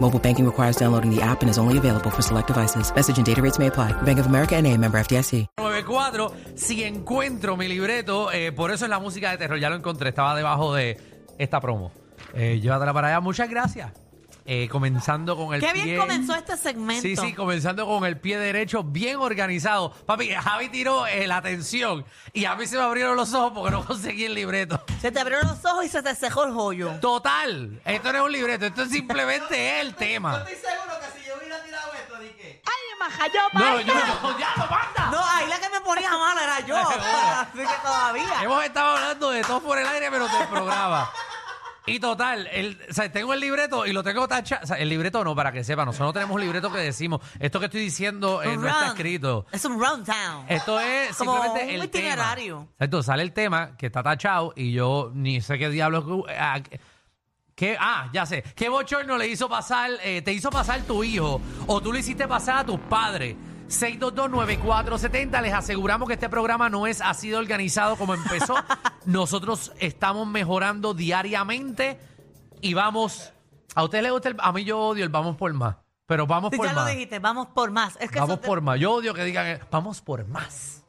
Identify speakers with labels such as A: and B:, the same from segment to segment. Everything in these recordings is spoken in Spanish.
A: Mobile banking requires downloading the app and is only available for select devices. Message and data rates may apply. Bank of America and a member FDIC.
B: 94, si encuentro mi libreto, eh, por eso es la música de terror, ya lo encontré, estaba debajo de esta promo. Eh, llévatela para allá, muchas gracias. Eh, comenzando con el
C: Qué
B: pie...
C: bien comenzó este segmento.
B: Sí, sí, comenzando con el pie derecho bien organizado. Papi, Javi tiró eh, la atención y a mí se me abrieron los ojos porque no conseguí el libreto.
C: Se te abrieron los ojos y se te cejó el joyo.
B: Total, esto no es un libreto, esto es simplemente el tema. No, yo, yo- ya lo manda.
C: No, ahí la que me ponía mal era yo. Así que todavía.
B: Hemos estado hablando de todo por el aire, pero del programa. Y total, el, o sea, tengo el libreto y lo tengo tachado. O sea, el libreto no, para que sepan, nosotros no tenemos un libreto que decimos. Esto que estoy diciendo eh,
C: Un
B: no está
C: round.
B: escrito.
C: Es un rundown.
B: Esto es
C: Como
B: simplemente
C: un
B: el
C: itinerario.
B: tema. Exacto, sale el tema que está tachado y yo ni sé qué diablo. Ah, ¿qué? ah ya sé. ¿Qué bochorno le hizo pasar, eh, te hizo pasar tu hijo o tú le hiciste pasar a tus padres? 6229470, les aseguramos que este programa no es así de organizado como empezó. Nosotros estamos mejorando diariamente y vamos. ¿A ustedes les gusta el.? A mí yo odio el vamos por más, pero vamos
C: Sí,
B: por
C: ya lo
B: más.
C: dijiste, vamos por más. Es que
B: Vamos
C: eso te-
B: por más. Yo odio que digan, eh, vamos por más.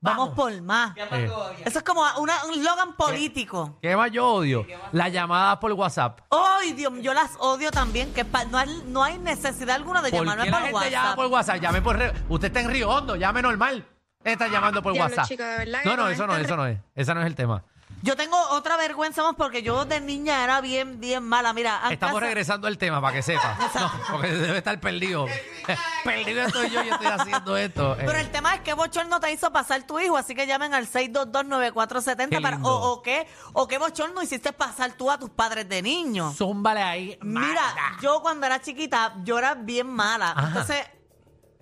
C: vamos por más.
B: Eh,
C: Eso es como una- un slogan político.
B: ¿Qué más yo odio? Las llamadas por WhatsApp.
C: Ay, Dios mío, yo las odio también. Que pa- no, hay, no hay necesidad alguna de
B: ¿Por
C: llamarme
B: qué la
C: por
B: gente llama
C: WhatsApp.
B: por WhatsApp? Llame por re- Usted está en Río Hondo, llame normal. Están llamando por
D: Diablo,
B: WhatsApp.
D: chico, de verdad que este
B: no, no,
D: no
B: eso
D: es
B: no,
D: tan
B: eso no es. Ese no es el tema.
C: Yo tengo otra vergüenza más porque yo de niña era bien, bien mala. Mira, a
B: Estamos
C: casa-
B: regresando al tema para que sepa. No, porque debe estar perdido. perdido estoy yo y estoy haciendo esto. Eh,
C: Pero el tema es que bochorno te hizo pasar tu hijo, así que llamen al
B: Qué
C: 6229470 para
B: lindo.
C: o, o qué o qué bochorno hiciste pasar tú a tus padres de niño.
B: zúmbale ahí.
C: Mira,
B: manda.
C: yo cuando era chiquita, yo era bien mala.
B: Ajá.
C: Entonces,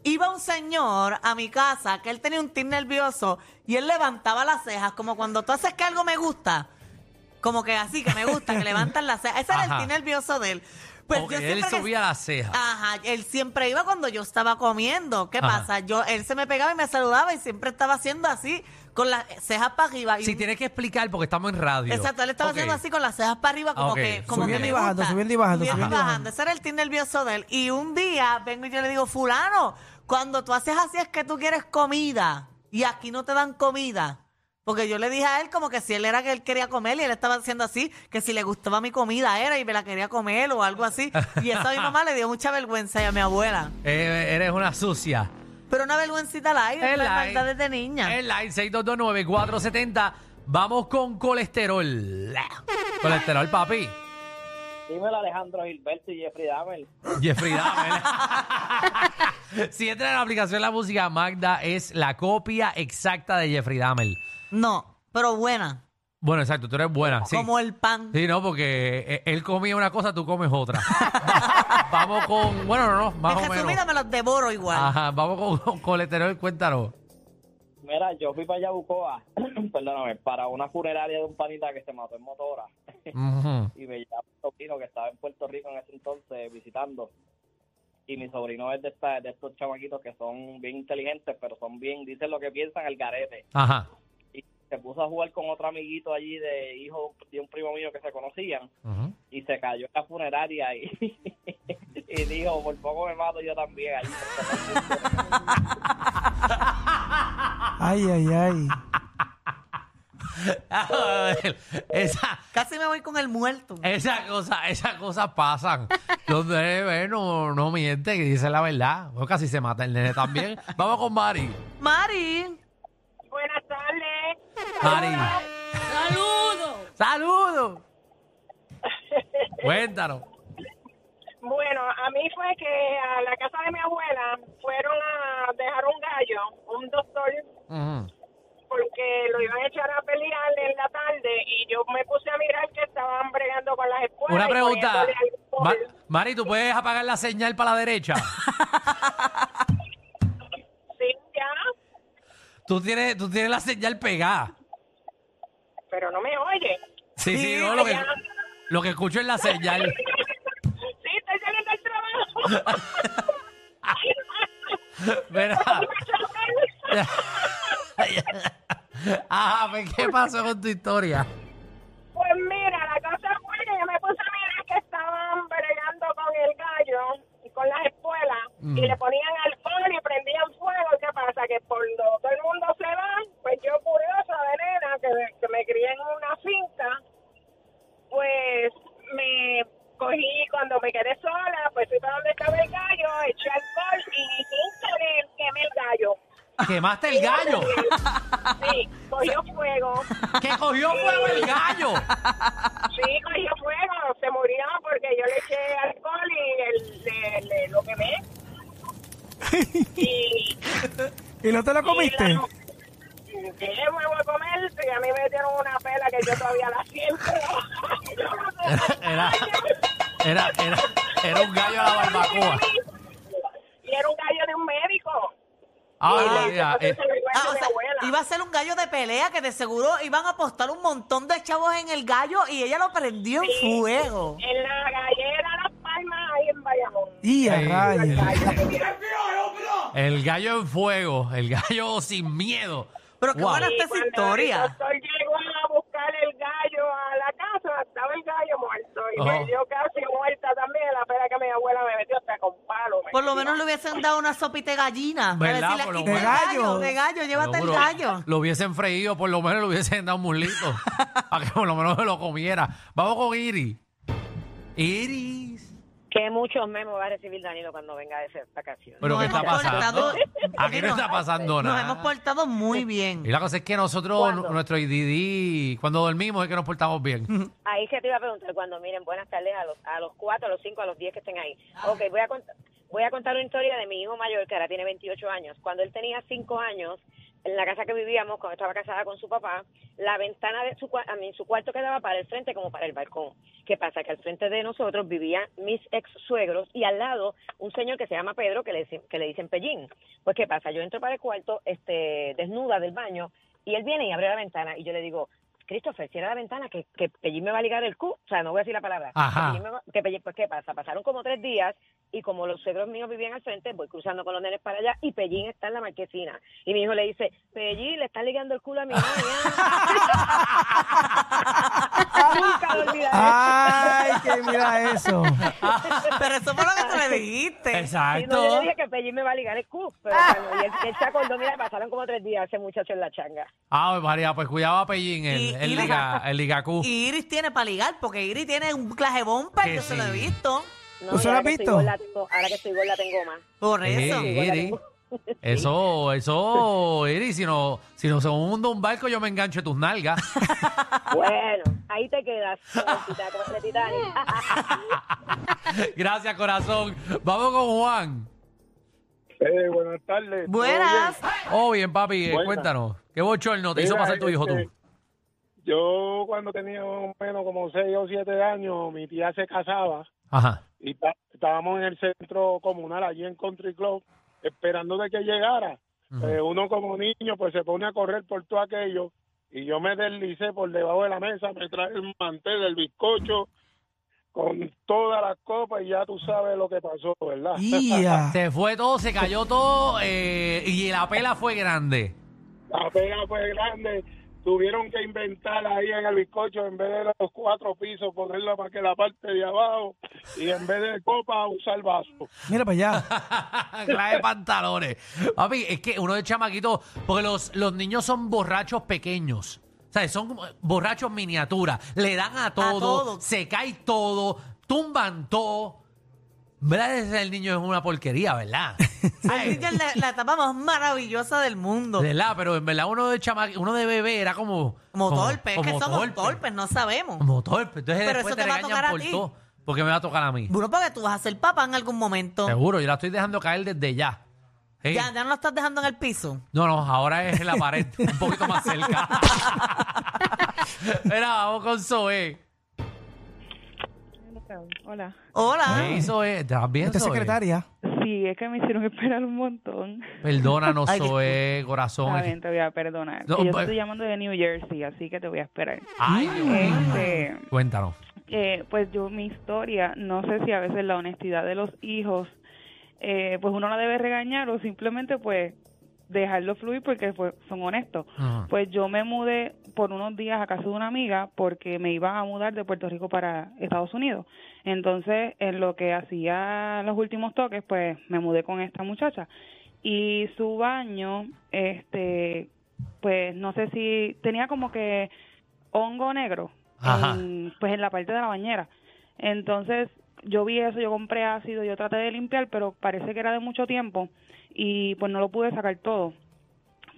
C: iba un señor a mi casa que él tenía un tic nervioso y él levantaba las cejas, como cuando tú haces que algo me gusta. Como que así, que me gusta, que levantan las cejas. Ese era
B: Ajá.
C: el tic nervioso de él. Pues
B: Ok,
C: yo
B: él
C: siempre que-
B: subía las cejas.
C: Ajá, él siempre iba cuando yo estaba comiendo. ¿Qué
B: Ajá.
C: pasa? Yo, él se me pegaba y me saludaba y siempre estaba haciendo así, con las cejas para arriba. Y
B: Si
C: un-
B: tienes que explicar porque estamos en radio.
C: Exacto, él estaba
B: Ok. Ah,
C: haciendo así con las cejas para arriba, como
B: Ok,
C: que. Como
E: subiendo
C: que
E: y
C: me
E: bajando,
C: gusta.
E: subiendo y bajando, subiendo y bajando.
C: Ese era el team nervioso de él. Y un día vengo y yo le digo, Fulano, cuando tú haces así es que tú quieres comida y aquí no te dan comida. Porque yo le dije a él como que si él era que él quería comer y él estaba haciendo así, que si le gustaba mi comida era y me la quería comer o algo así. Y eso a mi mamá le dio mucha vergüenza y a mi abuela.
B: Eh, eres una sucia.
C: Pero una vergüencita la hay,
B: Es
C: una
B: light.
C: maldad desde niña.
B: El line 6229470. Vamos con colesterol. Colesterol, papi.
F: Dímelo Alejandro Gilberto y Jeffrey Dahmer.
B: Jeffrey Dahmer. si entra en la aplicación la música, Magda es la copia exacta de Jeffrey Dahmer.
C: No, pero buena.
B: Bueno, exacto, tú eres buena. Sí,
C: Como el pan.
B: sí no, porque eh, él comía una cosa, tú comes otra. Va- vamos con. Bueno, no, no, más
C: en
B: o menos.
C: resumida me los devoro igual.
B: Ajá, vamos con, con colesterol, cuéntanos.
F: Mira, yo fui para Yabucoa, perdóname, para una funeraria de un panita que se mató en motora.
B: Ujú.
F: Y me llevaba un sobrino que estaba en Puerto Rico en ese entonces visitando. Y mi sobrino es de, esta- de estos chamaquitos que son bien inteligentes, pero son bien, dicen lo que piensan, el garete.
B: Ajá.
F: Y se puso a jugar con otro amiguito allí de hijo de un primo mío que se conocían.
B: Ujú.
F: Y se cayó en la funeraria y, y dijo, por poco me mato yo también allí.
E: Ay, ay, ay.
B: Esa.
C: Casi me voy con el muerto.
B: Esas cosas, esas cosas pasan. Los bebés no, no mienten y dicen la verdad. Bueno, casi se mata el nene también. Vamos con Mari.
C: Mari.
G: Buenas tardes.
B: Mari.
G: Saludos.
B: ¡Saludos! Cuéntanos.
D: Bueno, a mí fue que a la casa de mi abuela fueron a dejar un gallo, un doctor,
B: Ujú.
D: porque lo iban a echar a pelear en la tarde y yo me puse a mirar que estaban bregando con las espuelas.
B: Una
D: y
B: pregunta.
D: poniéndole alcohol.
B: Ma- Mari, ¿tú puedes apagar la señal para la derecha?
D: Sí, ya,
B: Tú tienes, tú tienes la señal pegada.
D: pero no me oye.
B: Sí, sí, no, lo que,
D: ya.
B: lo que escucho es la señal.
D: Sí, estoy saliendo del trabajo.
B: Verá. Ajá, pues, ¿qué pasó con tu historia?
D: Pues mira, la cosa fue que yo me puse a mirar que estaban bregando con el gallo y con las espuelas
B: Mm.
D: y le ponían alcohol y prendían fuego. ¿Qué pasa? Que por lo- todo el mundo se va, pues yo curiosa de nena, que, que me crié en una finca, pues me cogí cuando me quedé sola, pues fui para donde estaba el gallo, eché alcohol y sin querer quemé el gallo.
B: ¿Quemaste el gallo?
D: Sí, cogió fuego.
B: ¿Qué cogió fuego el gallo?
D: Sí, cogió fuego, se murió porque yo le eché alcohol y el, le- le- lo quemé. Y,
E: ¿Y no te lo
D: y
E: comiste?
D: la- ¿Qué me voy a comer? Si a mí me dieron una pela que yo todavía la siento.
B: Era, era, era, era un gallo a la barbacoa.
D: Y era un gallo de un médico.
B: Ah, ya,
D: Entonces
B: eh,
D: se lo iba a
C: Ah,
D: hacer
C: o
D: mi
C: sea,
D: abuela.
C: iba a ser un gallo de pelea que de seguro iban a apostar un montón de chavos en el gallo y ella lo prendió en fuego.
D: En la gallera Las Palmas, ahí en Bayamón.
E: Y a
B: Ay,
E: rayos.
B: eh, el gallo en fuego, el gallo sin miedo.
C: Pero qué
B: Wow.
C: buena esta
D: Cuando
C: historia.
D: El pues, doctor llegó a buscar el gallo a la casa, estaba el gallo muerto. Y
B: Oh.
D: me dio casi muerta también. La pena que mi abuela me metió hasta con palo. me
C: Por lo
D: metió.
C: menos le hubiesen dado una sopita de gallina. Para
B: ¿Verdad?
C: decirle,
B: Por lo
C: "Quita el
E: menos.
C: gallo, de gallo, llévate el
B: Seguro,
C: gallo.
B: Lo hubiesen freído, por lo menos lo hubiesen dado un muslito. para que por lo menos se lo comiera. Vamos con Iris. Iris.
G: Que muchos memes va a recibir Danilo cuando venga de esa vacación.
B: Pero
C: Nos
B: ¿qué está
C: hemos
B: pasando?
C: conectado-
B: Aquí no
C: Nos-
B: está pasando
C: Nos
B: nada.
C: hemos portado muy
B: Y
C: bien.
B: la cosa es que nosotros,
G: ¿Cuándo?
B: nuestro IDD, cuando dormimos es que nos portamos bien.
G: Ahí que te iba a preguntar cuando miren, buenas tardes a los, a los 4, a los 5, a los 10 que estén ahí. Ok, voy a, cont- voy a contar una historia de mi hijo mayor que ahora tiene 28 años. Cuando él tenía 5 años, en la casa que vivíamos, cuando estaba casada con su papá, la ventana de su, cua- a mí, su cuarto quedaba para el frente como para el balcón. ¿Qué pasa? Que al frente de nosotros vivían mis ex suegros y al lado un señor que se llama Pedro que le, dicen- que le dicen Pellín. Pues ¿qué pasa? Yo entro para el cuarto este, desnuda del baño y él viene y abre la ventana y yo le digo, Christopher, cierra la ventana, que, que Pellín me va a ligar el cu. O sea, no voy a decir la palabra.
B: Ajá.
G: Que Pellín me va- que Pellín- pues, ¿qué pasa? Pasaron como tres días y como los suegros míos vivían al frente, voy cruzando con los nenes para allá y Pellín está en la marquesina. Y mi hijo le dice, Pellín, le está ligando el culo a mi novia. Nunca lo olvidaré.
E: Ah, Ay, que mira eso.
C: Pero eso fue lo que tú le dijiste.
G: Sí, no, yo le
B: Exacto.
G: dije que Pellín me va a ligar el cu, pero bueno, y él, él se acordó, mira, pasaron como tres días ese muchacho en la changa.
B: Ah, María, pues cuidado a Pellín, el,
C: Y-
B: el,
C: y la-
B: liga, el ligacú.
C: Y Iris tiene para ligar, porque Iris tiene un claje bomper,
B: Que
C: yo se lo he
B: sí.
C: visto.
G: No,
E: ¿Tú se
G: y
E: lo
G: ahora
E: has
G: que estoy
E: visto?
G: gorda tengo- ahora que estoy gorda tengo más.
C: Por
B: Eh,
C: eso.
B: Iris. Eso, eso, Iris, si no, si no se hunde un barco, yo me engancho de tus nalgas.
G: Bueno, ahí te quedas, jovencita, como ese Titanic.
B: Gracias, corazón. Vamos con Juan.
H: Eh, buenas tardes.
C: Buenas.
B: Oh, bien, papi, eh,
H: Buena.
B: cuéntanos. ¿Qué bochorno te hizo
H: Mira,
B: pasar tu hijo tú?
H: este, Yo cuando tenía más o menos como 6 o 7 años, mi tía se casaba
B: Ajá.
H: y ta- estábamos en el centro comunal, allí en Country Club, esperando de que llegara.
B: Ujú.
H: Eh, uno como niño pues se pone a correr por todo aquello y yo me deslicé por debajo de la mesa, me traje el mantel, el bizcocho, con todas las copas y ya tú sabes lo que pasó, ¿verdad?
A: 哎
E: Ia.
B: Se fue todo, se cayó todo eh, y la pela fue grande.
H: La pega fue grande. Tuvieron que inventar ahí en el bizcocho, en vez de los cuatro pisos, ponerla para que la parte de abajo y en vez de copa, usar vaso.
E: Mira para allá.
B: Clave pantalones. Papi, es que uno de chamaquito, porque los, los niños son borrachos pequeños. O sea, son como borrachos miniatura. Le dan a todo,
C: todo.
B: se cae todo, tumban todo. ¿Verdad? Ese es el niño es una porquería, ¿verdad?
C: Así que la, la etapa más maravillosa del mundo.
B: ¿Verdad? Pero en verdad uno de chama, uno de bebé era como...
C: Como torpes, es que
B: como
C: somos
B: torpe.
C: torpes, no sabemos.
B: Como torpe. Entonces
C: Pero
B: después
C: eso te
B: te
C: va a
B: regañan
C: tocar a
B: por
C: ti.
B: todo. Porque me va a tocar a mí.
C: Bueno, porque tú vas a ser papá en algún momento.
B: Seguro, yo la estoy dejando caer desde ya. Sí.
C: Ya, ya no lo estás dejando en el piso.
B: No, no, ahora es en la pared, un poquito más cerca. Mira, vamos con Zoe.
I: Hola.
C: Hola.
B: ¿Qué hizo él? ¿Estás bien,
E: Esta es
B: Zoe?
E: secretaria.
I: Sí, es que me hicieron esperar un montón.
B: Perdónanos,
C: Ay,
B: Zoe, corazón.
I: Está bien, te voy a perdonar.
B: No,
I: Que yo
B: pa-
I: estoy llamando de New Jersey, así que te voy a esperar.
B: Ay, Dios mío.
I: Este,
B: Cuéntanos.
I: eh, pues yo, mi historia, no sé si a veces la honestidad de los hijos, eh, pues uno la debe regañar o simplemente pues dejarlo fluir porque pues, son honestos.
B: Ajá.
I: Pues yo me mudé por unos días a casa de una amiga porque me iba a mudar de Puerto Rico para Estados Unidos. Entonces, en lo que hacía los últimos toques, pues me mudé con esta muchacha. Y su baño, este, pues no sé si tenía como que hongo negro,
B: Ajá.
I: en, pues en la parte de la bañera. Entonces, yo vi eso, yo compré ácido, yo traté de limpiar, pero parece que era de mucho tiempo y pues no lo pude sacar todo.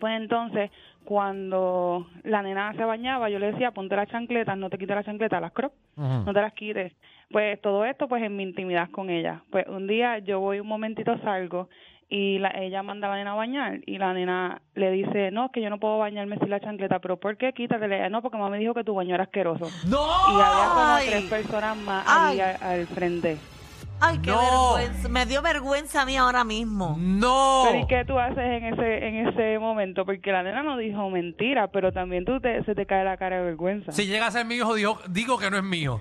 I: Pues entonces, cuando la nena se bañaba, yo le decía, ponte las chancletas, no te quites las chancletas, las crocs,
B: Ujú.
I: no te las quites. Pues todo esto, pues en mi intimidad con ella. Pues un día yo voy un momentito, salgo y la, ella manda a la nena a bañar y la nena le dice, no, es que yo no puedo bañarme sin la chancleta, pero ¿por qué? Quítatele. No, porque mamá me dijo que tu baño era asqueroso.
B: ¡No!
I: Y había como
C: ¡Ay!
I: tres personas más
C: ¡Ay!
I: ahí al, al frente.
C: Ay, qué
B: No.
C: vergüenza. Me dio vergüenza a mí ahora mismo. Oh.
B: ¡No!
I: Pero ¿y qué tú haces en ese en ese momento? Porque la nena no dijo mentira, pero también tú te, se te cae la cara de vergüenza.
B: Si llega a ser mi hijo, digo, digo que no es mío.